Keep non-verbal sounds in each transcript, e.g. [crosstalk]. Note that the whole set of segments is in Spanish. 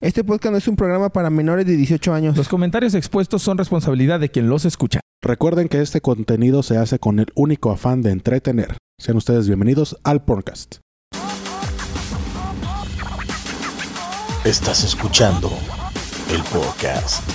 Este podcast no es un programa para menores de 18 años. Los comentarios expuestos son responsabilidad de quien los escucha. Recuerden que este contenido se hace con el único afán de entretener. Sean ustedes bienvenidos al podcast. Estás escuchando el podcast.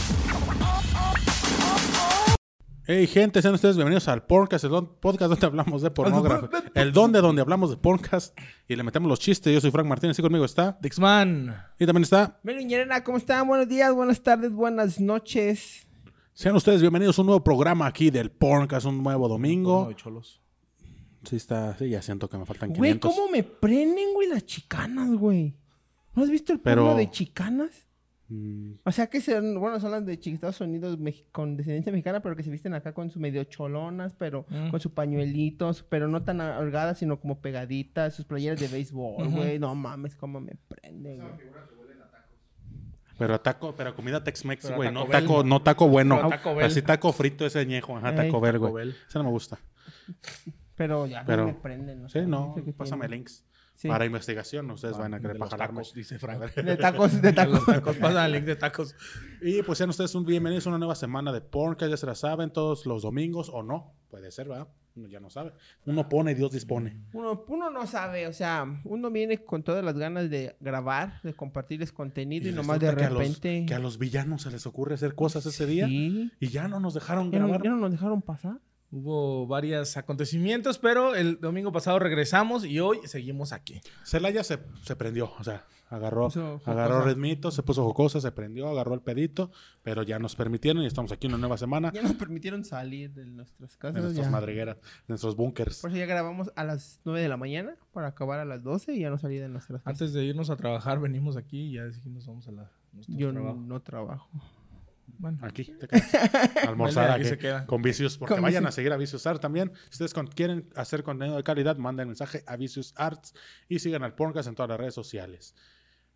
Hey gente, sean ustedes bienvenidos al podcast, el don- podcast donde hablamos de pornografía. El donde donde hablamos de podcast y le metemos los chistes. Yo soy Frank Martínez y conmigo está. Dixman. Y también está. Meluñerena, ¿cómo están? Buenos días, buenas tardes, buenas noches. Sean ustedes bienvenidos a un nuevo programa aquí del podcast, un nuevo domingo. Sí está, sí ya siento que me faltan Güey, 500. ¿cómo me prenden, güey, las chicanas, güey? ¿No has visto el Pero- porno de chicanas? Mm, O sea, que son, bueno, son las de chi- Estados Unidos mex- con descendencia mexicana, pero que se visten acá con su medio cholonas, pero Mm. con su pañuelito, su- pero no tan holgadas, sino como pegaditas, sus playeras de béisbol, Ujú. güey. No mames, cómo me prenden, güey. Pero a taco, pero a comida Tex-Mex, Pero a güey, Taco no Bell. taco, no taco bueno. Pero a Taco Bell. Así taco frito ese ñejo, ajá, Ey. taco Bell, güey. Bell. Ese no me gusta. Pero ya Pero- me prenden, ¿no? Sí, no, sé qué pásame tiene. links. Sí. Para investigación, ustedes van a querer para jalarme. dice Frank. [laughs] De tacos, de [laughs] tacos. [laughs] Pasa el link de tacos. Y pues sean ustedes un bienvenidos a una nueva semana de Porncast, ya se la saben, todos los domingos o no, puede ser, ¿verdad? Uno ya no sabe. Uno pone y Dios dispone. Uno, uno no sabe, o sea, uno viene con todas las ganas de grabar, de compartirles contenido y, nomás de resulta que a los- repente. que a los villanos se les ocurre hacer cosas ese día Sí. y ya no nos dejaron ¿Ya no- grabar. ya no nos dejaron pasar? Hubo varios acontecimientos, pero el domingo pasado regresamos y hoy seguimos aquí. Celaya se, se prendió, o sea, agarró, Puso agarró jocosa. ritmito, se puso jocosa, se prendió, agarró el pedito, pero ya nos permitieron y estamos aquí una nueva semana Ya nos permitieron salir de nuestras Ah. de casas. nuestras ya. madrigueras, de nuestros búnkers. Por eso ya grabamos a las 9 de la mañana para acabar a las 12 y ya no salí de nuestras casas. Antes de irnos a trabajar, venimos aquí y ya dijimos vamos a la, nuestro Yo trabajo. no trabajo. Bueno, Aquí, [laughs] te quedas. A almorzar Vele, aquí aquí, se queda. con Vicious, porque Con vayan Vicious. a seguir a Vicious Arts también. Si ustedes con- quieren hacer contenido de calidad, manden mensaje a Vicious Arts y sigan al podcast en todas las redes sociales.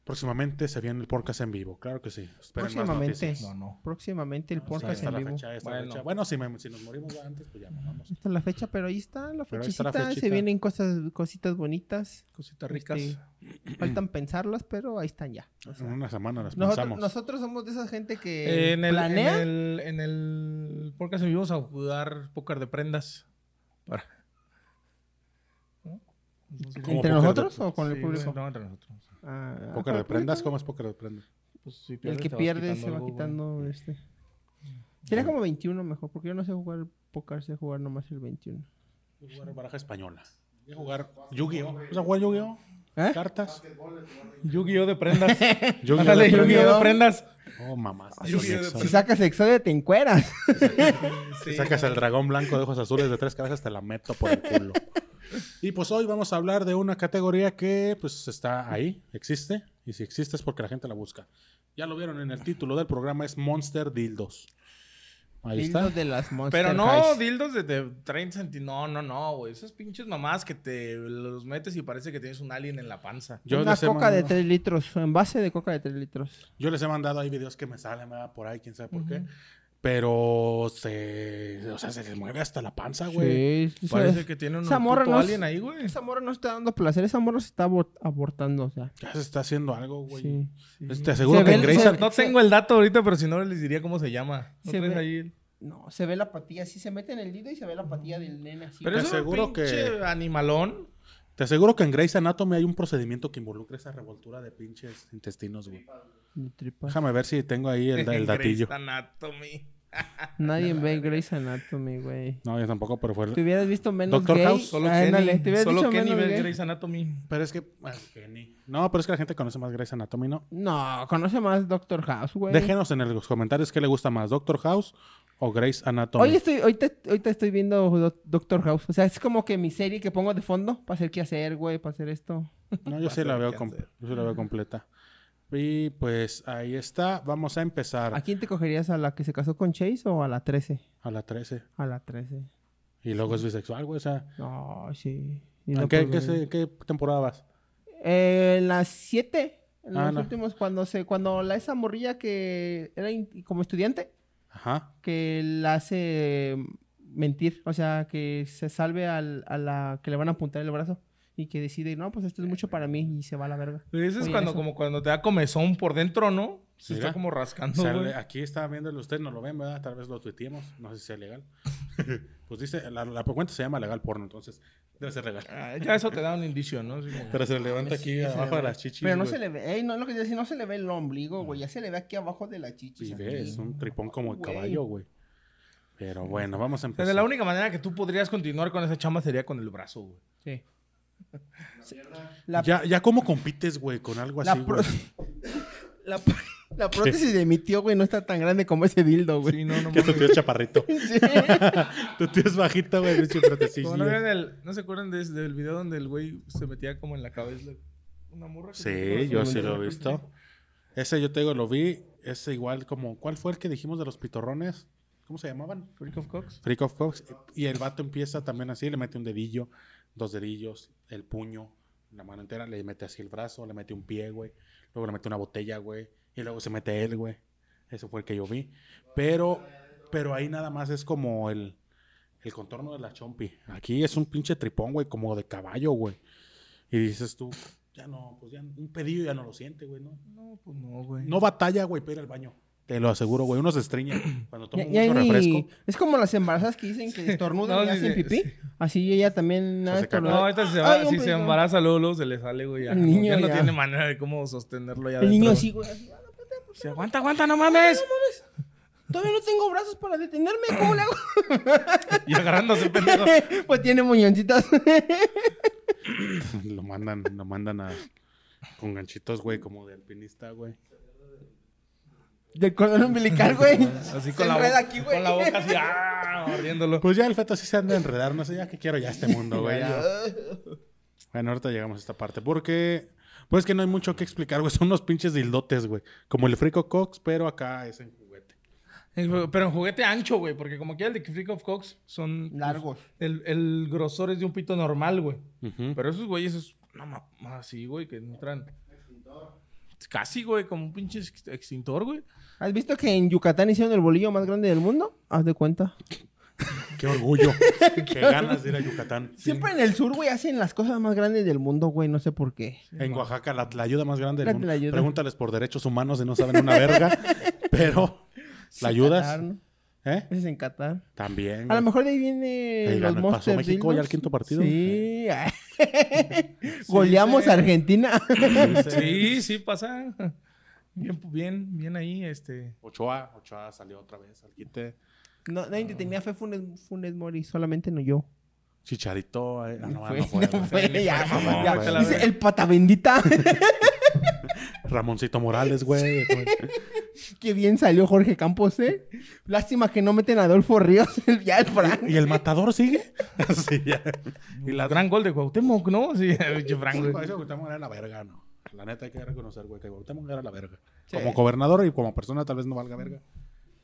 Próximamente se viene el podcast en vivo, claro que sí. Esperen más Próximamente. noticias. no, no. Próximamente el Sí, podcast hasta en la vivo. fecha, hasta la Bueno. fecha. Bueno, si, me- si nos morimos antes, pues ya nos vamos. Esta es la fecha, pero ahí está la Pero ahí está la fechecita. Se fechita. vienen cosas, cositas [clears throat] bonitas. Cositas ricas. Este, faltan pensarlas, pero ahí están ya. O sea, En una semana las Nosotros, pensamos. nosotros somos de esa gente que Eh, en, el, en, planea. el, en el podcast vivimos a jugar póker de prendas. Para... ¿No? Entonces, ¿Cómo? ¿Entre póker de- nosotros o con el Sí, público? No, entre nosotros. Ah, ¿Póker de prendas? ¿Cómo es póker de prendas? Pues, si El pierdes, que te vas pierde quitando se va algo, güey. quitando este. Sería como 21 mejor, porque yo no sé jugar póker, sé jugar nomás el 21. Voy a Jugar baraja española. Voy a Jugar Yu-Gi-Oh. ¿Vas a jugar Yu-Gi-Oh? ¿Eh? ¿Cartas? Yu-Gi-Oh de [laughs] prendas. Yu-Gi-Oh Ándale, de prendas. Yu-Gi-Oh de prendas. Oh, mamás. Yu-Gi-Oh de Sexo. Si sacas Exodia, te encueras. Si sacas el dragón blanco de ojos azules de tres cabezas, te la meto por el culo. y pues hoy vamos a hablar de una categoría que pues está ahí, existe. Y si existe es porque la gente la busca. Ya lo vieron en el título del programa, es Monster Dildos. Ahí Dildos está. de las Monster Pero no, Highs. dildos de, de 30 centí- No, no, no, güey. Esas pinches mamás que te los metes y parece que tienes un alien en la panza. Yo Una les, he coca de mandado- 3 litros, o envase de coca de 3 litros. yo les he mandado ahí videos que me salen ¿verdad? por ahí, quién sabe por qué. Pero se, o sea, se les mueve hasta la panza, güey. Sí, sí, Parece sí. que tiene un Esa morra puto no es- alien ahí, güey. Esa morra no está dando placer, esa morra se está abor- abortando, o sea. Ya se está haciendo algo, güey. Sí. Es- Te aseguro Se que ve- en Grey's se- Anatomy- No tengo el dato ahorita, pero si no les diría cómo se llama. ¿No Se traes ve- ahí el- No, se ve la patilla, sí se mete en el dedo y se ve la patilla del nene así. Pero Te es un aseguro que- pinche animalón. Te aseguro que en Grey's Anatomy hay un procedimiento que involucra esa revoltura de pinches intestinos, güey. Ni tripas. Déjame ver si tengo [laughs] ahí el, el datillo. Grey's Anatomy. Nadie ve Grey's Anatomy, güey. No, yo tampoco, pero fue... Te el- hubieras visto menos Doctor gay. House, Solo Ah, ándale, te Kenny. hubieras Solo dicho Kenny menos ve gay. Grey's Anatomy. Pero es que... ah, Kenny. No, pero es que la gente conoce más Grey's Anatomy, ¿no? No, conoce más Doctor House, güey. Déjenos en los comentarios qué le gusta más, Doctor House o Grey's Anatomy. Hoy estoy, ahorita, ahorita estoy viendo Do- Doctor House. O sea, es como que mi serie que pongo de fondo para hacer qué hacer, güey, para hacer esto. No, yo Vas sí, a la ver veo qué com- hacer. yo sí la veo completa. Y pues ahí está. Vamos a empezar ¿A quién te cogerías? ¿A la que se casó con Chase o a la 13? a la 13. A la 13. Y luego es bisexual, güey. O sea, No, sí. Y ¿en no qué, puedo qué ver. se- qué temporada vas? Eh, en las 7. En Ah, los no. últimos, cuando se, cuando la esa morrilla que era in- como estudiante, Ajá. que la hace mentir, o sea, que se salve al, a la que le van a apuntar el brazo y que decide, no, pues esto es mucho para mí y se va a la verga. Eso Pues es Oye, cuando, eso. como cuando te da comezón por dentro, ¿no? Se Mira. está como rascando, Sale- güey. aquí está viéndolo usted, no lo ven, ¿verdad? Tal vez lo tuiteemos, no sé si sea legal. pues dice, la, la cuenta se llama Legal Porno, entonces debe ser legal. Ah, Ya eso te da un indicio, ¿no? Así como- Pero se le levanta aquí sí, se abajo le de ve. las chichis. Pero no güey. se le ve, ey, no, lo que decía, no se le ve el ombligo, güey, ya se le ve aquí abajo de la chichis. Sí, aquí. ve, es un tripón como de Güey. caballo, güey. Pero bueno, vamos O a sea, empezar. de la única manera que tú podrías continuar con esa chamba sería con el brazo, güey. Sí. La, ya, ya cómo compites, güey, con algo la así, pró- güey. [laughs] la pró- la prótesis de mi tío, güey, no está tan grande como ese dildo, güey. Sí, no, no Que tu mames. tío es chaparrito. [laughs] Sí. tu tío es bajito, güey. pinche prótesis, Como no, güey. vieron el- ¿no se acuerdan de- del video donde el güey se metía como en la cabeza una morra? que se Sí, metía yo como sí en lo la he visto. Ese yo te digo, lo vi. Ese igual como, ¿cuál fue el que dijimos de los pitorrones? ¿Cómo se llamaban? Freak of Cox. Freak of Cox. Y el vato empieza también así, le mete un dedillo, dos dedillos, el puño, la mano entera, le mete así el brazo, le mete un pie, güey. Luego le mete una botella, güey. Y luego se mete él, güey. Eso fue el que yo vi. Pero, pero ahí nada más es como el, el contorno de la chompi. Aquí es un pinche tripón, güey, como de caballo, güey. Y dices tú, ya no, pues ya un pedido ya no lo siente, güey, ¿no? No, pues no, güey. No batalla, güey, para ir al baño. Te lo aseguro, güey. Uno se estreña cuando [laughs] toma Ya- ya mucho ni- refresco. Es como las embarazadas que dicen que estornudan No, y sí, hacen sí, pipí. sí. Así ella también... nada se más caca. estornuda. No, esta si se, Ay, va- un si se pezón. embaraza luego, luego se le sale, güey. Ya, El niño ya no ya. tiene manera de cómo sostenerlo ya El niño adentro. así, güey. así, "Ah, no, Sí, aguanta, aguanta, no mames. Todavía no tengo brazos para detenerme, ¿cómo le hago? Y agarrándose, pendejo. [laughs] pues tiene muñoncitos. [laughs] lo mandan, lo mandan a con ganchitos, güey, como de alpinista, güey. Del cordón umbilical, güey. Así Se con la, enreda boca, aquí, güey. con la boca así, ah, mordiéndolo. [laughs] Pues ya el feto sí se anda a enredar, no sé ya qué quiero ya este mundo, güey. ya. Bueno, ahorita llegamos a esta parte porque pues que no hay mucho que explicar, güey, son unos pinches dildotes, güey, como el Frico Cox, pero acá es en juguete. El- Pero en juguete ancho, güey, porque como quiera el de Freak of Cox son... [laughs] pues, Largos. el, el grosor es de un pito normal, güey. Pero esos güeyes es una mamá así, güey, que entran... Casi, güey, como un pinche ex- extintor, güey. ¿Has visto que en Yucatán hicieron el bolillo más grande del mundo? Haz de cuenta. Qué [laughs] orgullo. qué ganas de ir a Yucatán. Siempre en el sur, güey, hacen las cosas más grandes del mundo, güey. No sé por qué. En Oaxaca, la tlayuda más grande La del mundo. tlayuda. Pregúntales por derechos humanos si no saben una [laughs] verga, pero ¿la Qatar, ayudas? ¿no? ¿Eh? Ese Es en Qatar. También. A lo güey. mejor de ahí viene Ahí los ganó el paso Monster México Dildos. ya al quinto partido. Sí. [laughs] Goleamos sí. a Argentina. [laughs] [laughs] Sí, sí, pasa. Bien, bien, bien ahí, este... Ochoa, Ochoa salió otra vez al quite. no, nadie te tenía fe Funes, Funes Mori, solamente no yo. Chicharito, eh, ah, no, Fue- no fue, no güey. fue, Ni ya, fue, mamón, ya. vete a la Dice, verga. el pata bendita. Ramoncito Morales, güey. [laughs] Qué bien salió Jorge Campos, ¿eh? Lástima que no meten a Adolfo Ríos el ya el Frank. ¿Y el matador sigue? [laughs] sí, ya. Y la gran gol de Cuauhtémoc, ¿no? Sí, [laughs] pinche Frank, güey. que Cuauhtémoc era la verga, ¿no? La neta hay que reconocer, güey, que Cuauhtémoc era la verga. Sí. Como gobernador y como persona tal vez no valga verga.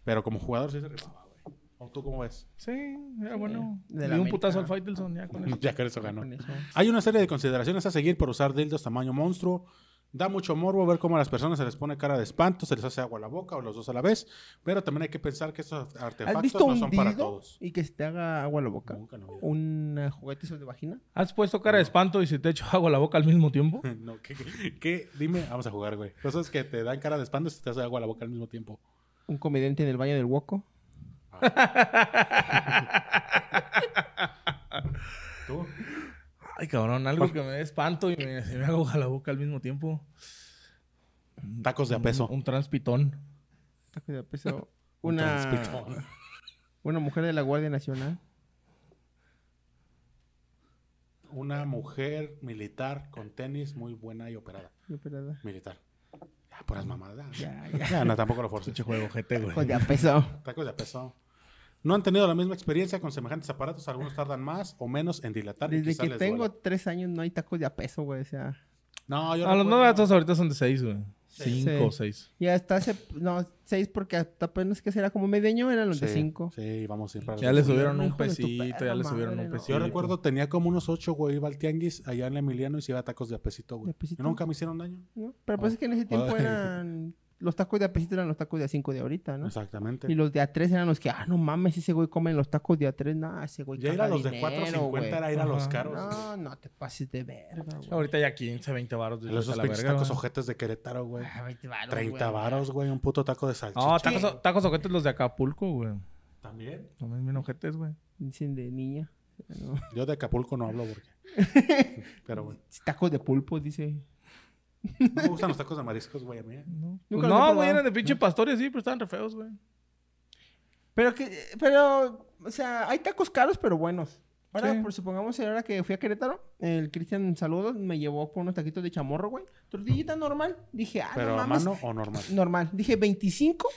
Pero como jugador sí se rifaba, güey. ¿O ¿Tú cómo ves? Sí, era bueno. de la Le dio un América. putazo al Faitelson ya con eso. [laughs] Ya que eso ganó. Con eso. Hay una serie de consideraciones a seguir por usar dildos tamaño monstruo. Da mucho morbo ver cómo a las personas se les pone cara de espanto, se les hace agua a la boca o los dos a la vez. Pero también hay que pensar que estos ¿Has artefactos visto no un son para dildo todos. [laughs] y que se te haga agua a la boca? Nunca, no. ¿Un eh, juguete sobre vagina? ¿Has puesto cara de espanto y se te ha hecho agua a la boca al mismo tiempo? No, ¿qué, qué, qué? Dime, vamos a jugar, güey. Cosas que te dan cara de espanto y se te hace agua a la boca al mismo tiempo. ¿Un comediante en el baño del hueco? ¿Tú? Ay, cabrón, algo que me dé espanto y me, se me haga agua a la boca al mismo tiempo. Tacos de a peso. Un transpitón. Taco de [laughs] peso. Transpitón. Una, [laughs] una mujer de la Guardia Nacional. Una mujer militar con tenis muy buena y operada. No, pelada. Militar. Ya, puras mamadas. Ya, Ya, [laughs] ya. no, tampoco lo forces. Pinche juego, gente, güey. Taco de peso. Tacos de peso. No han tenido la misma experiencia con semejantes aparatos. Algunos tardan más o menos en dilatar. y Desde quizá que les tengo duela. tres años no hay tacos de a peso, güey. O sea, No, yo A los recuerdo- nueve datos ahorita son de seis, güey. Sí. Cinco o Sí. seis. ya hasta hace, no, seis, porque hasta apenas que será como medio año eran los de Sí, cinco. Sí, vamos a ir para Ya los le cinco. subieron un Hijo de tu pesito, ya perra le subieron madre, un no. pesito. Yo recuerdo tenía como unos ocho, güey. Iba al tianguis allá en Emiliano y se iba a tacos de apesito, güey. ¿De a pesito? Y nunca me hicieron daño. ¿no? Pero pues es que en ese tiempo Ay. eran los tacos de a pesito eran los tacos de a 5 de ahorita, ¿no? Exactamente. Y los de a 3 eran los que, ah, no mames, ese güey come los tacos de a 3, nada, ese güey Ya ir a caga los de dinero, 4.50 güey. era ir a los Ajá. caros. No, no te pases de verga, güey. Ahorita ya 15, 20 baros. de Esos la pinches verga, tacos güey. ojetes de Querétaro, güey. Ah, 20 varos, 30 güey. varos, güey. Un puto taco de salchicha. No, tacos, tacos ojetes los de Acapulco, güey. También. También bien ojetes, güey. Dicen de niña. No. Yo de Acapulco no hablo [laughs] porque. Pero bueno. Tacos de pulpo, dice. No me gustan los tacos de mariscos, güey, a mí. eh. No, Nunca los he Pues no, probado. güey, eran de pinche pastores, sí, pero estaban re feos, güey. Pero que, pero, o sea, hay tacos caros, pero buenos. Ahora, Sí. por supongamos, ahora que fui a Querétaro, el Cristian Saludos me llevó por unos taquitos de chamorro, güey. Tortillita normal. Dije, ah, Pero no a mames. mano o normal. Normal. Dije, 25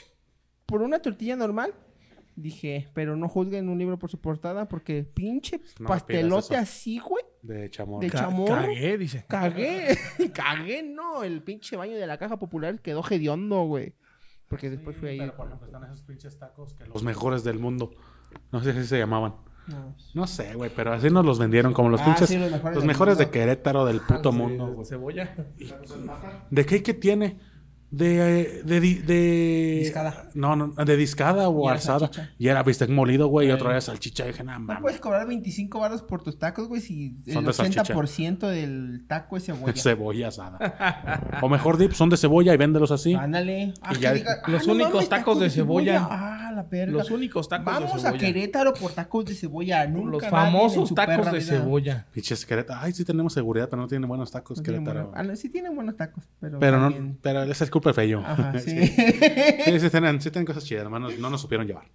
por una tortilla normal. Dije, pero no juzguen un libro por su portada porque pinche No me pastelote pidas así, güey. De chamorro. De Ca- chamorro. Cagué, dice. Cagué, [laughs] cagué, no. El pinche baño de la caja popular quedó hediondo, güey. Porque después fui ahí. Pero por ejemplo están esos pinches tacos que los... mejores del mundo. No sé si se llamaban. No. No sé, güey, pero así nos los vendieron como los Ah, pinches. sí, los los mejores, mejores del de mundo. Ah, Querétaro del puto mundo, Sí, güey. Cebolla. ¿De qué que tiene? De, de, di- de- Discada. No, no, de discada o Y era alzada. salchicha. Eh. Y era bistec molido, güey, y otra era salchicha. Dije, nada, No mames. puedes cobrar 25 baros por tus tacos, güey, si Son el de salchicha. 80% del taco es [laughs] cebolla. Cebolla asada. [laughs] o mejor, dip, son de cebolla y véndelos así. Ándale. Ah, Y que ya- los no únicos tacos de cebolla. Ah, la perra. Los únicos tacos de Vamos a cebolla. Querétaro por tacos de cebolla. Nunca Los nadie en famosos su tacos perra de vida. cebolla. Pinches Querétaro. Ay, sí tenemos seguridad, pero no tienen buenos tacos No tienen Querétaro. buenos- ah, no, sí tienen buenos tacos, pero. Pero no, también- pero ese es culpa de Feyo. Ajá, [laughs] [laughs] sí. Sí, sí tienen, sí tienen cosas chidas, hermano. No nos supieron llevar.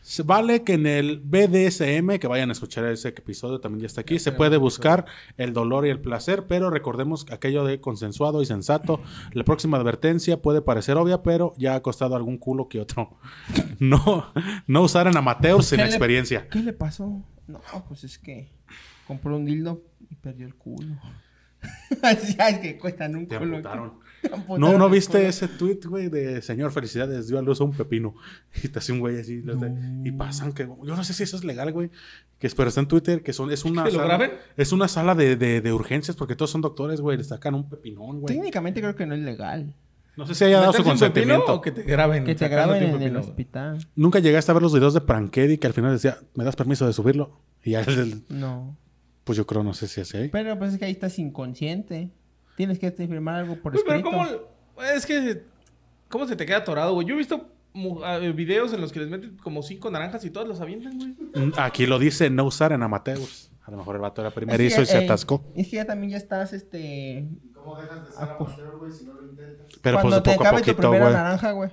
Se- Vale que en el BDSM, que vayan a escuchar ese episodio, también ya está aquí, se puede buscar el dolor y el placer, pero recordemos aquello de consensuado y sensato. La próxima advertencia puede parecer obvia, pero ya ha costado algún culo que otro. [laughs] No, no usar en amateur [laughs] sin ¿Qué le- experiencia. ¿Qué le pasó? No, pues es que compró un dildo y perdió el culo. [laughs] Así es que cuestan un Te culo. [laughs] amputaron. Amputaron No, ¿no el viste culo. ese tweet, güey, de señor felicidades, dio a luz a un pepino? [laughs] Y te hace un güey así, los de- y pasan que, yo no sé si eso es legal, güey, que es- pero está en Twitter, que son, es una ¿Que lo sala, graben? es una sala de, de- de urgencias, porque todos son doctores, güey, le sacan un pepinón, güey. Técnicamente creo que no es legal. No sé si haya dado su ¿Meterse un pepino consentimiento. o que te graben? Que te sacándote graben un en el pepino, güey? hospital. Nunca llegaste a ver los videos de Prankedy, que al final decía, ¿me das permiso de subirlo? Y ya, el del- No. pues yo creo, no sé si es ahí. Pero pues es que ahí estás inconsciente. Tienes que te firmar algo por Güey, escrito. pero ¿cómo? Es que... ¿Cómo se te queda atorado, güey? Yo he visto mu- ah, videos en los que les meten como cinco naranjas y todas las avientan, güey. Mm, Aquí lo dice, no usar en amateurs. A lo mejor el vato era Es que primerizo y ya- se eh, atascó. es que ya también ya estás, este... Ah, pues, Pero cuando pues te poco a acabe tu poquito, primera güey. naranja, güey.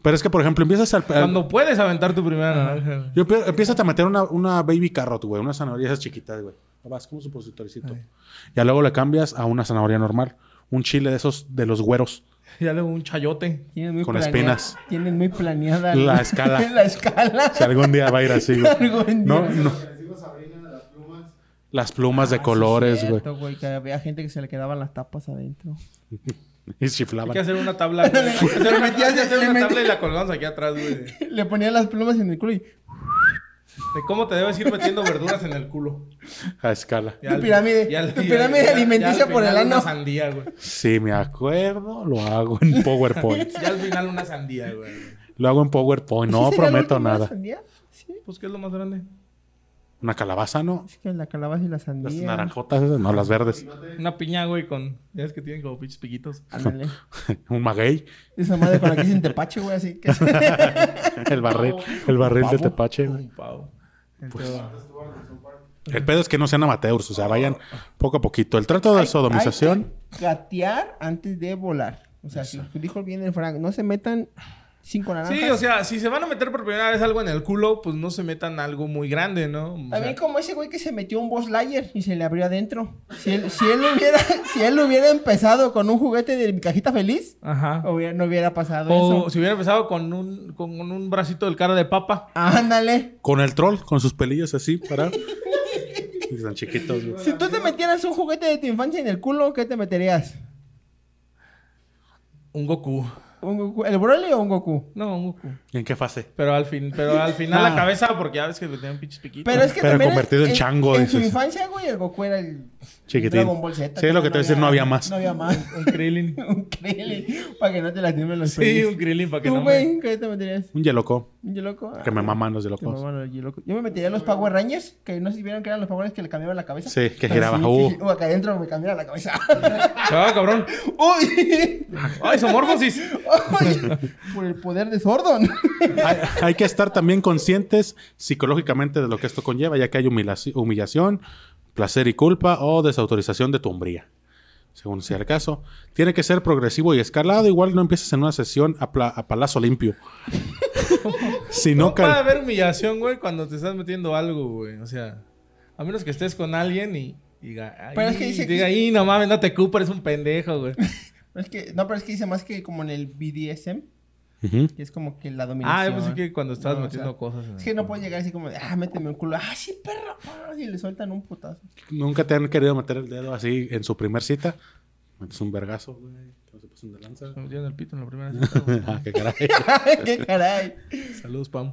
Pero es que, por ejemplo, empiezas al... al- Cuando puedes aventar tu primera naranja, güey. Yo pe- empiezas a meter una, una baby carrot, güey, una zanahoria esas chiquitas, güey. Vas como supositoricito. Ya luego le cambias a una zanahoria normal. Un chile de esos, de los güeros. Ya luego un chayote. Tienes muy Con planea- espinas. Tienes muy planeada... [laughs] La ¿no? escala. [laughs] la escala. Si algún día va a ir así, güey. [laughs] Algún No, día. Ah, no. Las plumas de colores, güey. Cierto, güey, que había gente que se le quedaban las tapas adentro. [laughs] Y Hay que chiflaban. hacer una tabla, güey. Hay que hacer Le una, metías- hay que hacer le una met- tabla y la colgamos aquí atrás, güey. De Le ponían las plumas en el culo y pues, cómo te debes ir metiendo verduras en el culo. A escala. Tu pirámide. Tu pirámide alimenticia al por el final ano. Una sandía, güey. Si me acuerdo, lo hago en PowerPoint. Ya al final una sandía, güey. Lo hago en PowerPoint. [laughs] No ¿Sí sería la prometo última nada. sandía? Sí, Pues, ¿qué es lo más grande? Una calabaza, ¿no? es que la calabaza y la Las sandía. naranjotas, esas, no, las verdes. Una piña, güey, con... Ya es que tienen como pinches piquitos. Ándale. [laughs] Un maguey. Esa madre con la que dicen tepache, güey, así [laughs] que... El barril, el barril de tepache, güey. Un pavo. Pues, El pedo es que no sean amateurs, o sea, vayan poco a poquito. El trato de sodomización, Hay que gatear antes de volar. O sea, si dijo bien el Frank, no se metan cinco naranjas. Sí, o sea, si se van a meter por primera vez algo en el culo, pues no se metan algo muy grande, ¿no? O sea, También como ese güey que se metió un boss layer y se le abrió adentro. Si él, si él hubiera, [laughs] si él hubiera empezado con un juguete de mi cajita feliz, Ajá. hubiera- no hubiera pasado O eso. si hubiera empezado con un, con un bracito del cara de papa. Ándale. con el troll, con sus pelillos [laughs] así, para. Están chiquitos, güey. Si tú te metieras un juguete de tu infancia en el culo, ¿qué te meterías? Un Goku. ¿Un Goku? ¿El Broly o un Goku? No, un Goku. ¿En qué fase? Pero al, fin, pero al final la Ah. cabeza, porque ya ves que le tenían pinches piquitos. Pero es que Pero también convertido en chango, En su dices. infancia, güey, el Goku era el Chiquitín. Dragon Ball Z. Sí, es lo que te voy a decir, no había más. No había más. [laughs] Un Krillin. un Krillin. Para que no te lastimen los Sí, pelos. un Krillin para que Tú, no güey, me... ¿qué te meterías? Un Yeloco. ¿Yo loco? Que me maman los Ah, Que me Yelocos. maman los Yelocos. Yo me metería en los Power Rangers, que no sé si vieron que eran los Power Rangers que le cambiaban la cabeza. Sí, que giraba. Así, Uh. que gi- uh, acá adentro me cambiaron la cabeza. [laughs] ¡Ah, cabrón! ¡Uy! ¡Ay, somorfosis! ¡Uy! Por el poder de Sordon. Hay, hay que estar también conscientes psicológicamente de lo que esto conlleva, ya que hay humilaci- humillación, placer y culpa o desautorización de tu hombría, según sea el caso. Tiene que ser progresivo y escalado, igual no empieces en una sesión a, pla- a palazo [laughs] limpio. si no, No puede cal- haber humillación, güey, cuando te estás metiendo algo, güey. O sea, a menos que estés con alguien y, y diga, ay, Pero es que dice que- diga, "Ay, no mames, no te cupo, eres un [laughs] pendejo, güey. Pero [laughs] es que, no, pero es que dice más que como en el BDSM, Ujú. que es como que la ah, dominación. pues sí que cuando estás No, o metiendo sea, cosas. en Es el- que no puedes llegar así como de, ah, méteme un culo. Ah, sí, perro. Ah, Y le sueltan un putazo. [laughs] nunca te han querido meter el dedo así en su primer cita. Es un vergazo, güey. Te vas a pasar de lanza. [laughs] Me metieron el pito en la primera cita, güey. Ah, qué caray. ¡Qué caray! [laughs] Saludos, Pam.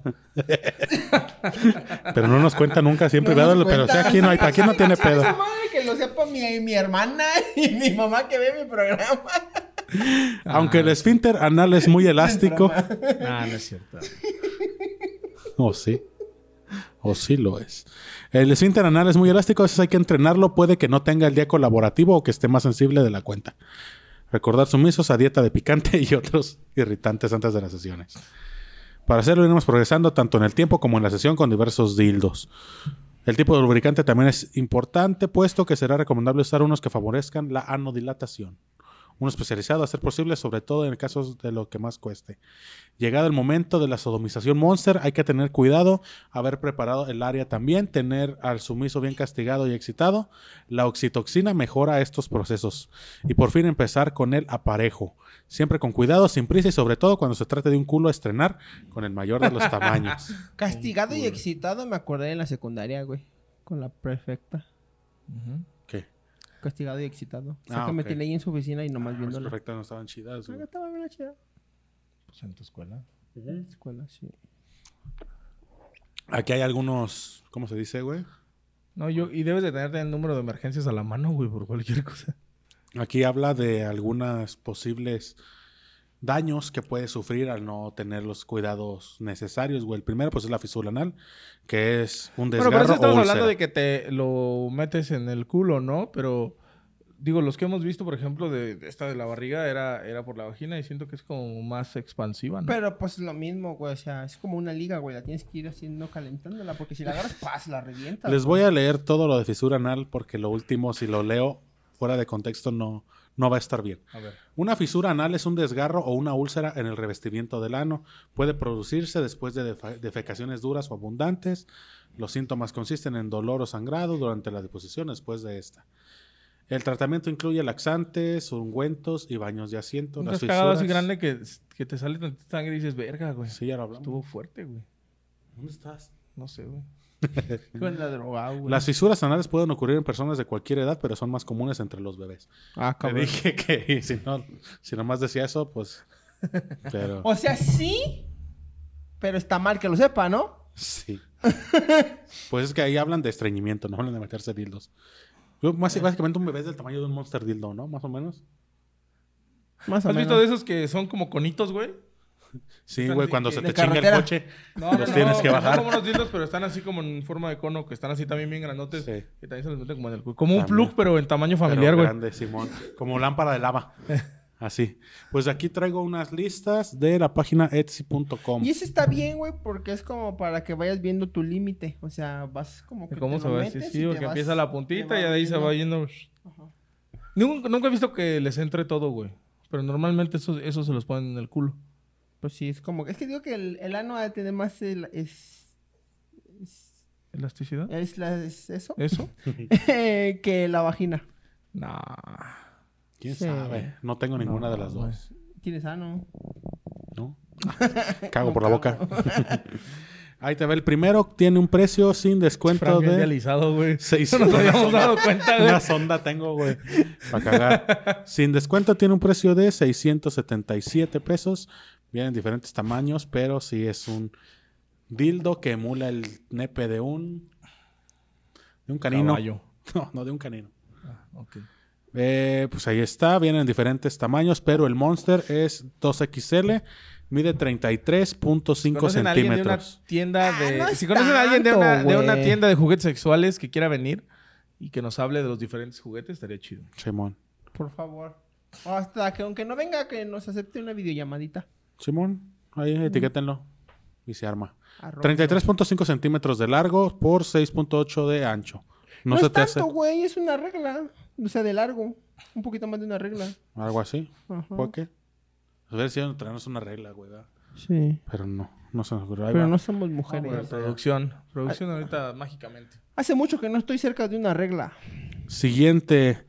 Pero no nos cuenta nunca, siempre. No nos ¿verdad? pero o sea, cuenta. aquí no hay, aquí no tiene pedo. Esa madre que lo sepa mi, mi hermana [laughs] y mi mamá que ve mi programa. Aunque el esfínter anal es [laughs] muy elástico. Ah, no es cierto. [laughs] O Oh, sí. O sí lo es. El esfínter anal es muy elástico, a veces hay que entrenarlo. Puede que no tenga el día colaborativo o que esté más sensible de la cuenta. Recordar sumisos a dieta de picante [laughs] y otros irritantes antes de las sesiones. Para hacerlo, iremos progresando tanto en el tiempo como en la sesión con diversos dildos. El tipo de lubricante también es importante, puesto que será recomendable usar unos que favorezcan la anodilatación. Uno especializado a ser posible, sobre todo en casos de lo que más cueste. Llegado el momento de la sodomización monster, hay que tener cuidado, haber preparado el área también, tener al sumiso bien castigado y excitado. La oxitoxina mejora estos procesos. Y por fin empezar con el aparejo. Siempre con cuidado, sin prisa y sobre todo cuando se trate de un culo a estrenar con el mayor de los tamaños. Castigado y excitado me acordé en la secundaria, güey. Con la prefecta. Ujú. ¿Qué? Castigado y excitado. O sea, Ah, que me ok. tenía ahí en su oficina y nomás Las viéndola. perfectas no estaban chidas. Ah, güey. estaba bien la chida. Pues en tu escuela. En la escuela, sí. Aquí hay algunos, ¿cómo se dice, güey? No, yo, y debes de tener el número de emergencias a la mano, güey, por cualquier cosa. Aquí habla de algunas posibles daños que puede sufrir al no tener los cuidados necesarios, güey. El primero, pues, es la fisura anal, que es un Pero desgarro por eso estamos o hablando úlcera. de que te lo metes en el culo, ¿no? Pero digo, los que hemos visto, por ejemplo, de, de esta de la barriga era, era por la vagina y siento que es como más expansiva, ¿no? Pero pues lo mismo, güey. O sea, es como una liga, güey. La tienes que ir haciendo calentándola porque si la [laughs] agarras, paz, la revientas. Les voy a leer todo lo de fisura anal porque lo último, si lo leo fuera de contexto, no, no va a estar bien. A ver. Una fisura anal es un desgarro o una úlcera en el revestimiento del ano. Puede producirse después de defa- defecaciones duras o abundantes. Los síntomas consisten en dolor o sangrado durante la deposición después de esta. El tratamiento incluye laxantes, ungüentos y baños de asiento. Un Las cascagado así fisuras- grande que, que te sale tantita sangre y dices, verga, güey. Sí, ya lo hablamos. Estuvo fuerte, güey. ¿Dónde estás? No sé, güey. [laughs] Con la droga, güey. Las fisuras anales pueden ocurrir en personas de cualquier edad, pero son más comunes entre los bebés. Ah, Te cabrón. dije que y si no, si nomás decía eso, [laughs] pues. Pero. O sea, sí. Pero está mal que lo sepa, ¿no? Sí. [laughs] pues es que ahí hablan de estreñimiento, no hablan de meterse dildos. Yo, más- básicamente un bebé es del tamaño de un monster dildo, ¿no? Más o menos. Más o ¿Has menos. visto de esos que son como conitos, güey? Sí, Están güey, de cuando que- se de te chinga el carretera. coche, No, los tienes que son bajar. como unos dildos, pero están así como en forma de cono, que están así también bien grandotes. Sí. Que también se los meten como en el culo. Como un También. plug, pero en tamaño Pero familiar, güey. grande, Simón. Como lámpara [laughs] de lava. Así. Pues aquí traigo unas listas de la página etsy.com. Y ese está bien, güey, porque es como para que vayas viendo tu límite. O sea, vas como que. ¿Cómo te se lo va? Sí, metes sí, y te porque vas- empieza la te puntita vas y de ahí se viendo. va yendo. Ajá. Nunca, nunca he visto que les entre todo, güey. Pero normalmente eso, eso se los ponen en el culo. Pues sí, es como. Es que digo que el, el ano ha de tener más. El, es, es, ¿Elasticidad? es la- es eso. ¿Eso? Eh. [laughs] que la vagina. [laughs] nah. ¿Quién Sí. sabe? No tengo ninguna de No, las güey. dos. Tienes ano. [laughs] ¿No? Cago por la boca. [laughs] Ahí te va el primero. Tiene un precio sin descuento Frank bien de... realizado, güey. [laughs] [laughs] Seis- Eso nos habíamos dado cuenta, güey. Una sonda tengo, güey. Para cagar. Sin descuento tiene un precio de 677 pesos. Vienen diferentes tamaños, pero sí es un dildo que emula el nepe de un. de un canino. Caballo. [laughs] Ah, No, no de un canino. Ok. Eh, pues ahí está, vienen en diferentes tamaños, pero el Monster es 2XL, mide 33.5 ¿Conocen a alguien de una centímetros. tienda de... Ah, no si es conocen a alguien de tanto, una, de una güey. tienda de juguetes sexuales que quiera venir y que nos hable de los diferentes juguetes, estaría chido. Simón. Por favor. O hasta que aunque no venga, que nos acepte una videollamadita. Simón, ahí etiquétenlo y se arma. Arroba. 33.5 centímetros de largo por 6.8 de ancho. No, No, se es te hace tanto, güey. Es una regla. O sea, de largo. Un poquito más de una regla. algo así. Ajá. ¿Por qué? A ver si tenemos una regla, güey. ¿verdad? Sí. Pero no, no se nos ocurrió. Ahí Pero va. no somos mujeres. Bueno, producción. Producción ahorita mágicamente. Hace mucho que no estoy cerca de una regla. Siguiente.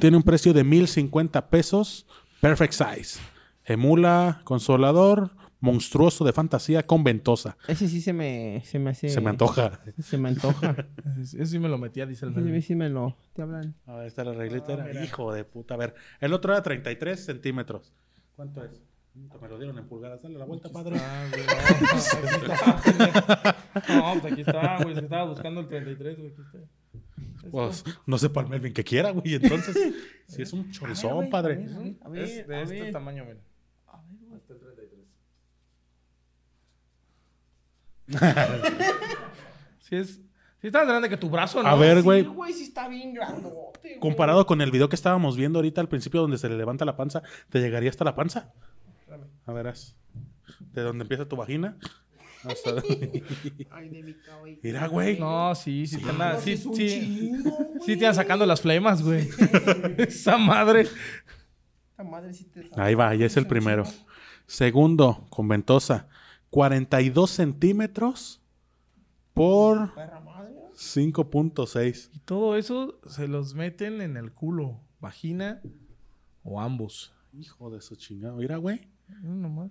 Tiene un precio de 1050 pesos. Perfect size. Emula, consolador, monstruoso de fantasía con ventosa. Ese sí se me, se me hace. Se me antoja. Se me [laughs] antoja. Eso sí me lo metía, dice el Ese meme. sí, me lo. Te hablan. A ver, esta la reglita era. Ah, Hijo de puta. A ver, el otro era 33 centímetros. ¿Cuánto es? Nunca Me lo dieron en pulgadas. Dale la vuelta, padre. Ah, güey, [laughs] no, aquí está. No, pues aquí está, güey. Se estaba buscando el 33, güey. Aquí está. Pues, no se palme bien que quiera, güey. Entonces, [laughs] si es un A ver, chorizón, güey, padre. a ver, a ver, Es de a este ver. tamaño, mira. [laughs] Si es... Si es tan grande que tu brazo, ¿no? A ver, güey. Sí, güey, sí está bien grandote. güey. Comparado con el video que estábamos viendo ahorita al principio donde se le levanta la panza, ¿te llegaría hasta la panza? A verás. De donde empieza tu vagina. [laughs] Hasta Ay, de mi cabello. Mira, güey. No, sí, sí, te anda- sí, Es un sí, chingo, güey. sí te van sacando las flemas, güey. [laughs] Esa madre. Esta madre sí te saca. Ahí va, ya es el primero. Segundo, con ventosa. 42 centímetros por Perra madre. 5.6. Y todo eso se los meten en el culo, vagina o ambos. Hijo de su chingado. Mira, güey. No, nomás.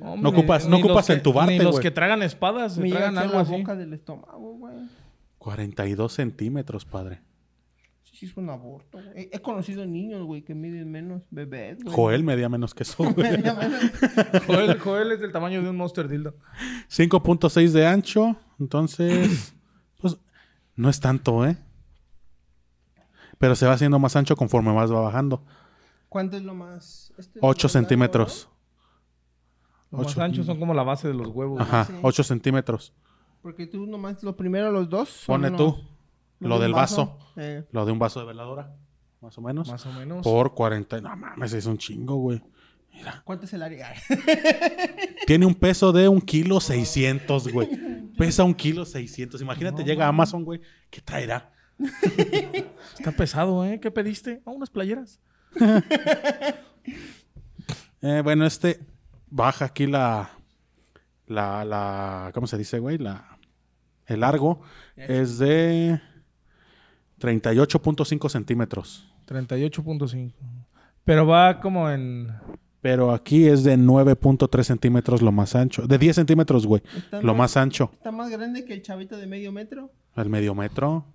Hombre, No ocupas- no ni los ocupas que- entubarte, Ni los güey. que tragan espadas, se Me llega tragan aquí a algo la así. boca del estómago, güey. 42 centímetros, padre. Sí, es un aborto, güey. He, he conocido niños, güey, que miden menos. Bebés, güey. Joel medía menos que eso, güey. Joel, Joel es del tamaño de un Monster Dildo. 5.6 de ancho, entonces, pues no es tanto, ¿eh? Pero se va haciendo más ancho conforme más va bajando. ¿Cuánto es lo más? Este es lo 8 más largo, centímetros. Los más Ocho. anchos son como la base de los huevos. Ajá, Sí. 8 centímetros. ¿no? Porque tú nomás, lo primero, los dos. son Pone los- tú los lo de del un vaso, Eh, lo de un vaso de veladora, más o menos. güey. Más o menos. Por 40. No mames, es un chingo, güey. ¿Cuánto es el área? [laughs] Tiene un peso de un kilo 600, güey. Pesa un kilo 600. Imagínate, llega a Amazon, güey. ¿Qué traerá? Está pesado, ¿eh? ¿Qué pediste? Ah, unas playeras. Eh, bueno, este baja aquí la, la, la, ¿cómo se dice, güey? La, el largo es de 38.5 centímetros, 38.5. Pero va como en. pero aquí es de 9.3 centímetros lo más ancho, de 10 centímetros, güey, Está lo más- más ancho, Está más grande que el chavito de medio metro. el medio metro.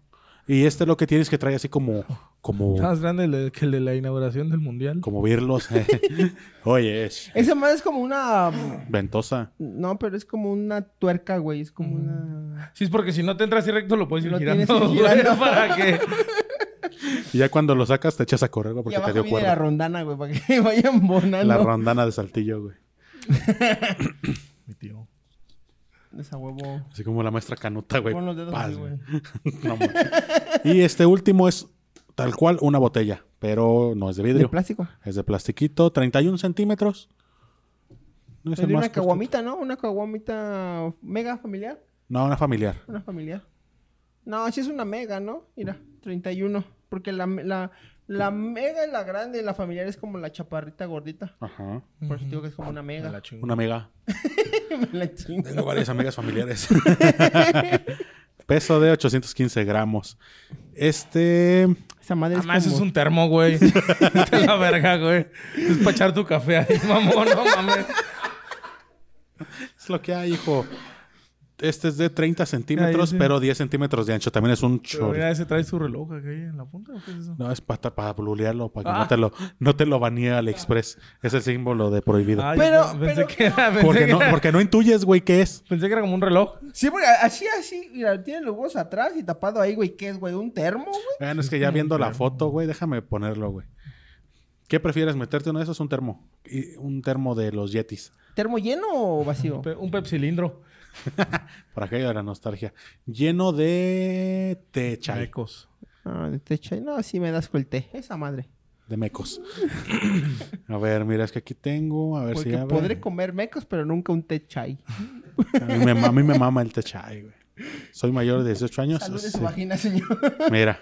Y este lo que tienes que trae así como, Está como, más grande el- que el de la inauguración del mundial. como virlos. [laughs] Oye, es Esa madre es como una. ventosa. No, pero es como una tuerca, güey. Es como una. Sí, es porque si no te entras así recto, lo puedes ir Lo girando. tienes que ir [laughs] güey, girando. para que. Y ya cuando lo sacas te echas a correr, güey, Y porque te abajo dio viene la cuerda. rondana, güey, para que [laughs] vayan bonando. La rondana de saltillo, güey. Mi tío. Esa huevo. Así como la maestra canuta, güey. Pon los dedos Paz, así, güey. No, mames. y este último es tal cual una botella, pero no es de De vidrio. plástico. es de plastiquito, 31 centímetros. No es Es el de más una cortito. caguamita, ¿no? Una caguamita mega familiar. No, una familiar. Una familiar. No, sí es una mega, ¿no? Mira, 31. Porque la, la, la mega es la grande y la familiar es como la chaparrita gordita. Ajá. Por eso digo que es como una Me mega. la chingo. Una amiga. Me [laughs] la chingo. Tengo varias [laughs] amigas familiares. Peso de 815 gramos. Este. Esa madre es Además, como... Ah, es un [laughs] termo, güey. Está la verga, güey. Es para echar [laughs] tu café ahí, mamón. No mames. Es lo que hay, hijo. Este es de 30 centímetros, sí. pero 10 centímetros de ancho. También es un Pero chorro. mira, ese trae su reloj acá ahí en la punta. ¿o qué es eso? No, es para, para blulearlo, para que Ah. no te lo, no te lo banee Aliexpress. Es el símbolo de prohibido. Ah, yo Pero- pe- pensé, pero- que era, pensé, porque, que no, era- porque no intuyes, güey, qué es. pensé que era como un reloj. Sí, porque así, así, mira, tiene los huevos atrás y tapado ahí, güey, ¿qué es, güey? ¿Un termo, güey? Bueno, es que ya viendo la foto, güey, déjame ponerlo, güey. ¿Qué prefieres, meterte uno de esos? Un termo. Y un termo de los Yetis. ¿Termo lleno o vacío? Pe- Un pepsilindro. Para aquello de la nostalgia. Lleno de té chai, Chalecos. Ah, de té chai. No, sí me das con el té. Esa madre. de mecos. [clears throat] a ver, mira, es que aquí tengo. A ver Porque si abre. podré comer mecos, pero nunca un té [laughs] chai. A mí me, ma- a mí me mama el té chai, güey. Soy mayor de 18 años. Salud de sí. su vagina, señor. [laughs] Mira.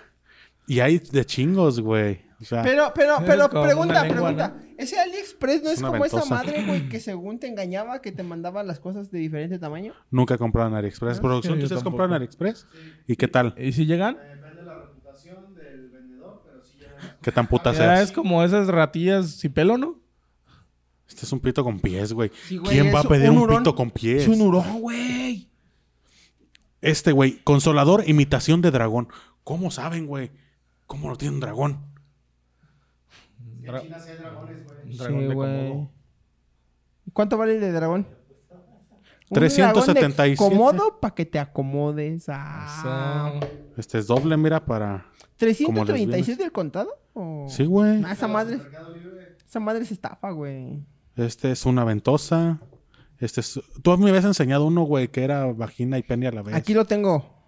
Y hay de chingos, güey. O sea, [laughs] Pero, pero, Eres pero, como pregunta, una lengua, pregunta. ¿Ese AliExpress no es, una como esa ventosa. madre, güey, que según te engañaba, que te mandaba las cosas de diferente tamaño? nunca compraron AliExpress. yo ¿Producción? ¿Tú ustedes tampoco. compraron AliExpress? ¿Y qué tal? ¿Y si llegan? ¿Qué tan putas Ya es eres? como esas ratillas sin pelo, ¿no? Este es un pito con pies, güey. Sí, güey, ¿Quién va a es pedir un un, hurón. pito con pies? Es un hurón, güey. Este, güey. Consolador, imitación de dragón. ¿Cómo saben, güey? ¿Cómo lo tiene un dragón? Dra- Un dragón Sí, de güey. Komodo. ¿Cuánto vale el de dragón? Un 377. dragón de Comodo para que te acomodes. Ah. Eso. Este es doble, mira, para... como ¿337 las bienes. del contado? ¿O... Sí, güey. Ah, esa madre. Esa madre es estafa, güey. Este es una ventosa. Este es... Tú me habías enseñado uno, güey, que era vagina y pene a la vez. Aquí lo tengo.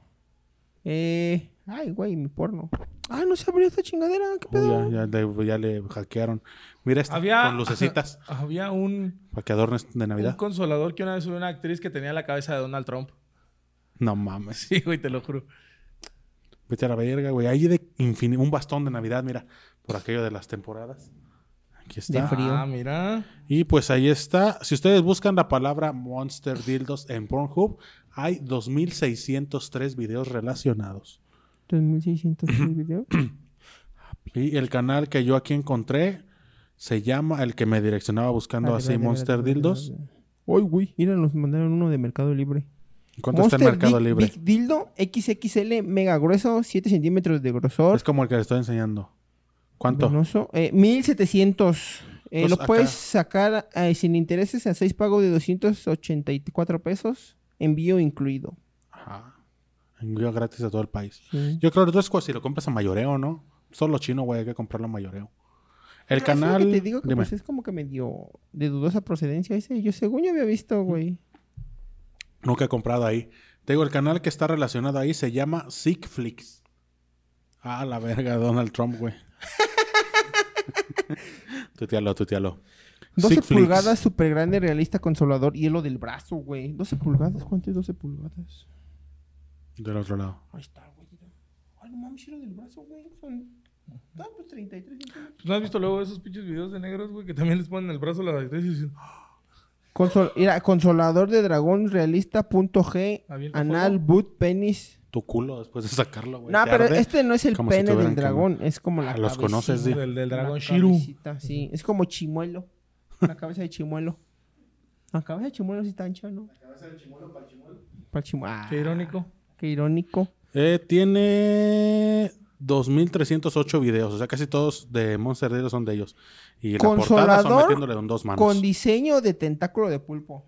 Eh. Ay, güey, mi porno. Ah, no se abrió esta chingadera. ¿Qué Uy, pedo? ya, ya le, ya le hackearon. Mira este, Había- con lucecitas. [laughs] Había un, Para que adornes de un Navidad. consolador que una vez subió una actriz que tenía la cabeza de Donald Trump. [laughs] No mames. Sí, güey, te lo juro. Vete a la verga, güey. Ahí de infin- un bastón de Navidad, mira. Por aquello de las temporadas. Aquí De está. frío. Ah, mira. Y pues ahí está. Si ustedes buscan la palabra Monster Dildos en Pornhub, hay 2.603 videos relacionados. 2600 el video. Y el canal que yo aquí encontré se llama, el que me direccionaba buscando Ah, así de verdad, Monster de verdad, Dildos. de verdad. Ay, güey, mira, nos mandaron uno de Mercado Libre. ¿Cuánto está en Monster Mercado Big- Libre? Big Dildo XXL mega grueso, 7 centímetros de grosor. Es como el que les estoy enseñando. ¿Cuánto? Venoso. Eh, 1700. Eh, Pues lo acá. puedes sacar eh, sin intereses a 6 pagos de 284 pesos. Envío incluido. Ajá. Envío gratis a todo el país. Sí. Yo creo que tú es como si lo compras a mayoreo, ¿no? Solo chino, güey, hay que comprarlo a mayoreo. Pero El eso es Ah, lo canal. que te digo que dime. pues, es como que medio de dudosa procedencia ese. Yo según yo había visto, güey. Nunca he comprado ahí. Te digo, el canal que está relacionado ahí se llama Sickflix. Ah, la verga, Donald Trump, [laughs] güey. tutealo, tutealo. 12 Sickflix. pulgadas, super grande, realista, consolador, hielo del brazo, güey. 12 pulgadas, ¿cuánto es 12 pulgadas? Del otro lado. Ahí está, güey. mira. Ay, no mames, hielo del brazo, güey. Son. Ah, pues 33 centímetros. ¿No has visto luego esos pinches videos de negros, güey, que también les ponen el brazo a las actrices y dicen, "Ah, Consol- mira, consolador de dragón realista punto G, Avienta anal, fuego. boot, penis. Tu culo después de sacarlo, güey. no, te pero Pues arde. este no es el como si pene del tuvieran que- dragón, es como la Ah, los cabecita, conoces, sí. del, del la dragón Shiru. cabecita, sí, es como chimuelo. La cabeza de chimuelo. La cabeza de chimuelo sí está ancha, ¿no? La cabeza de chimuelo para el chimuelo. Para el Qué chimuelo. irónico. Qué irónico. Eh, tiene 2.308 videos. O sea, casi todos de Monster Dildos son de ellos. Y la portada son Consolador metiéndole con dos manos. Con diseño de tentáculo de pulpo.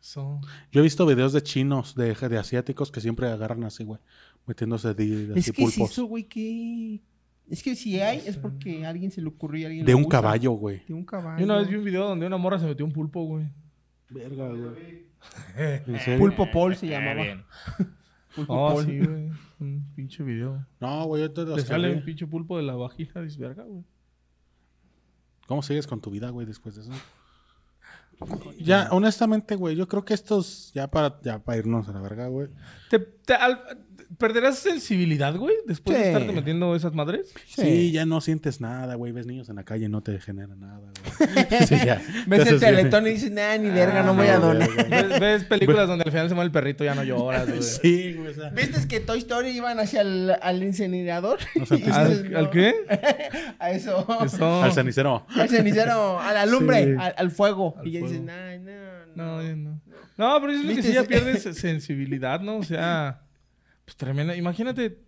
Son- Yo he visto videos de chinos, de, de asiáticos que siempre agarran así, güey. Metiéndose de, de es así que si pulpos. eso, güey, que... Es que si hay, es porque a alguien se le ocurrió y alguien De lo un usa. caballo, güey. De un caballo. Yo una vez vi un video donde una morra se metió un pulpo, güey. Verga, güey. [laughs] Pulpo Paul se llamaba. [laughs] Pulpo Ah, Paul. sí, güey. Un pinche video. No, güey, yo te los Le sale cargué. un pinche pulpo de la vagina, dice, verga, güey. ¿Cómo sigues con tu vida, güey, después de eso? Ya, honestamente, güey, yo creo que estos, ya para, ya para irnos a la verga, güey. ¿Te, te- al- ¿Perderás sensibilidad, güey? Después Sí. de estarte metiendo esas madres. Sí. ya no sientes nada, güey. Ves niños en la calle, no te genera nada, güey. Ves el teletón teletón y dices, nah, ni verga, no Ah, voy a no, donar. verga. ¿Ves, ves películas donde al final se muere el perrito ya no [laughs] lloras, güey. [laughs] Sí, güey. o sea, ¿Viste que Toy Story iban hacia el al incinerador? sé, [laughs] Y dices, ¿Al, no, al qué? A eso. Eso. Al cenicero. [laughs] Al cenicero, a la lumbre, Sí. al, al fuego. Al y ya dices, fuego. nah, no, no. No, yo no. No, pero yo siento que ¿Viste sí ya ese- pierdes sensibilidad, ¿no? O sea, pues tremenda. Imagínate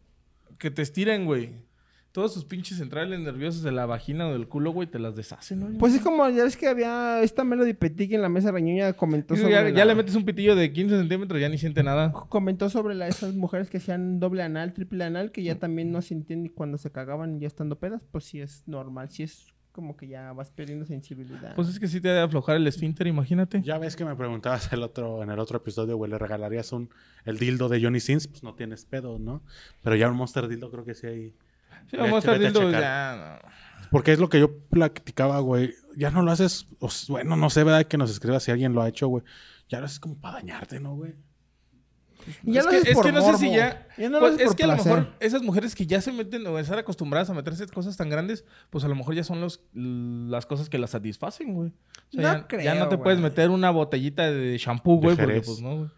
que te estiren, güey. Todos sus pinches centrales nerviosos de la vagina o del culo, güey, te las deshacen, ¿no? Pues es como, ya ves que había esta Melody Petit que en la mesa reñuña comentó Digo, sobre ya, ya la- le metes un pitillo de 15 centímetros, ya ni siente nada. comentó sobre la- esas mujeres que hacían doble anal, triple anal, que ya también no sentían ni cuando se cagaban ya estando pedas, pues sí es normal, sí es como que ya vas perdiendo sensibilidad. Pues es que sí te ha de aflojar el esfínter, imagínate. Ya ves que me preguntabas el otro, en el otro episodio, güey, ¿le regalarías un, el dildo de Johnny Sins? Pues no tienes pedo, ¿no? Pero ya un Monster Dildo creo que sí hay. Sí, Ya, vamos a estar vete a viendo, checar. ya, no. Porque es lo que yo platicaba, güey. Ya no lo haces, o s- bueno, no sé, ¿verdad? Que nos escriba si alguien lo ha hecho, güey. Ya lo haces como para dañarte, ¿no, güey? Y ya es lo que, haces es por que no sé si morbo. ya. no lo pues, haces es por que a lo placer. mejor esas mujeres que ya se meten o están acostumbradas a meterse cosas tan grandes, pues a lo mejor ya son los, las cosas que las satisfacen, güey. O sea, No ya, creo, ya no te güey. puedes meter una botellita de shampoo, güey, De porque Jerez. pues no, güey.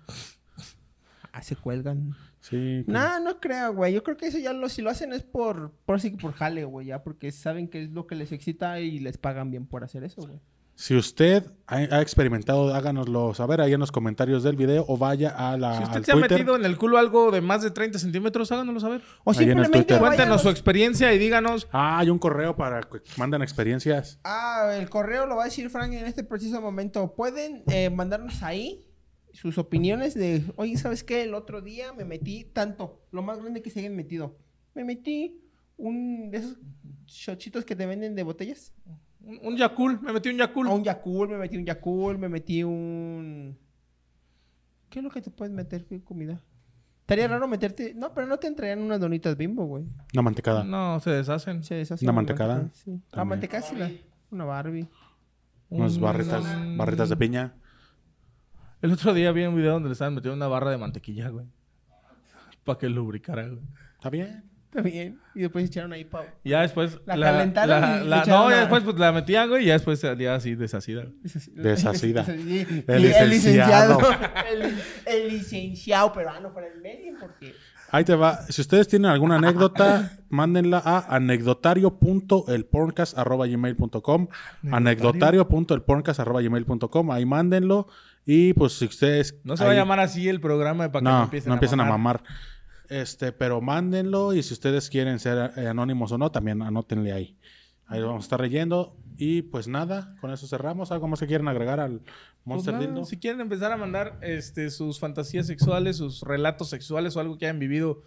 Ah, se cuelgan. Sí. pues, No, no creo, güey. Yo creo que eso ya lo, si lo hacen es por, por así que por jale, güey, ya, porque saben que es lo que les excita y les pagan bien por hacer eso, güey. Si usted ha, ha experimentado, háganoslo saber ahí en los comentarios del video o vaya a la. Si usted al se ha Twitter. metido en el culo algo de más de 30 centímetros, háganoslo saber. O Ahí en el simplemente Twitter. vayan Cuéntanos su los- experiencia y díganos. Ah, hay un correo para que mandan experiencias. Ah, el correo lo va a decir Frank en este preciso momento. Pueden eh, mandarnos ahí sus opiniones de, oye, ¿sabes qué? El otro día me metí tanto, lo más grande que se hayan metido. Me metí un de esos shotsitos que te venden de botellas. Un, un Yakul, me metí un Yakul. A un Yakul, me metí un Yakul, me metí un... ¿Qué es lo que te puedes meter? ¿Qué comida? Estaría raro meterte... No, pero no te entrarían unas donitas bimbo, güey. Una Ah. mantecada. No, se deshacen. Se deshace ¿Una la mantecada? manteca, Sí. La También. manteca sí la... Una Barbie. Unas Un- barritas, barritas de piña. El otro día vi un video donde le estaban metiendo una barra de mantequilla, güey. Para que lubricara, güey. Está bien. Está bien. Y después echaron ahí pavo. Y Ya después. La calentaron la- y la- le echaron no, ya la- después pues la metían, güey, y ya después salía así deshacida. Deshacida. Sí, [laughs] sí, El El licenciado. licenciado. El, el licenciado peruano por el medio, porque... Ahí te va. Si ustedes tienen alguna anécdota, mándenla a anecdotario.elporncast.gmail.com anecdotario.elporncast.gmail.com Ahí mándenlo. Y pues si ustedes... No se ahí- va a llamar así el programa para que No, no empiecen a mamar. Este, pero mándenlo y si ustedes quieren ser eh, anónimos o no, también anótenle ahí. Ahí lo vamos a estar leyendo. Y pues nada, con eso cerramos. ¿Algo más que quieren agregar al Pues Monster nada, Dildo? si quieren empezar a mandar este, sus fantasías sexuales, sus relatos sexuales o algo que hayan vivido,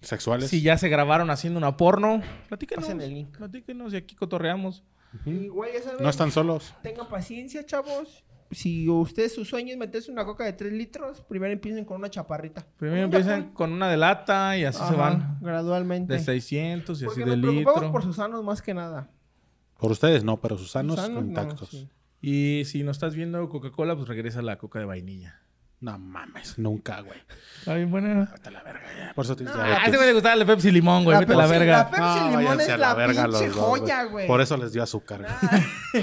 Sexuales. si ya se grabaron haciendo una porno, platíquenos. Pasen el link. Platíquenos y aquí cotorreamos. Igual ya saben, No están solos. tengan paciencia, chavos. Si ustedes su sueño es meterse una coca de 3 litros, primero empiecen con una chaparrita. Primero Un Yakult. empiezan con una de lata y así Ajá, se van. Gradualmente. De 600 y así Porque de nos preocupamos litro. por sus sanos más que nada. Por ustedes no, pero sus sanos Sanos, no, intactos. No, sí. Y si no estás viendo Coca-Cola, pues regresa la coca de vainilla. mames, nunca, güey. Está bien buena. Vete a la verga ya. Por eso tienes Ah, diabetes. ese güey le gustaba el Pepsi Limón, güey. La Vete a la Pepsi- verga. la Pepsi Ah, Limón váyanse es a la los pinche dos, güey. joya, güey. Ah. Por eso les dio azúcar. güey.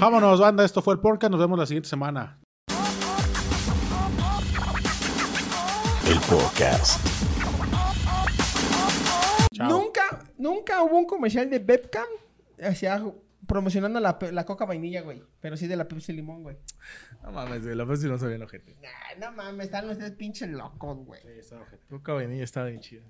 [laughs] Vámonos, banda. Esto fue el podcast. Nos vemos la siguiente semana. El podcast. Chao. Nunca, nunca hubo un comercial de Bebcam hacia promocionando la, pe- la coca vainilla, güey. Pero sí de la Pepsi Limón, güey. No mames, güey. La Pepsi no sabía el ojete. Nah, no mames, están ustedes pinches locos, güey. Coca vainilla estaba bien chida.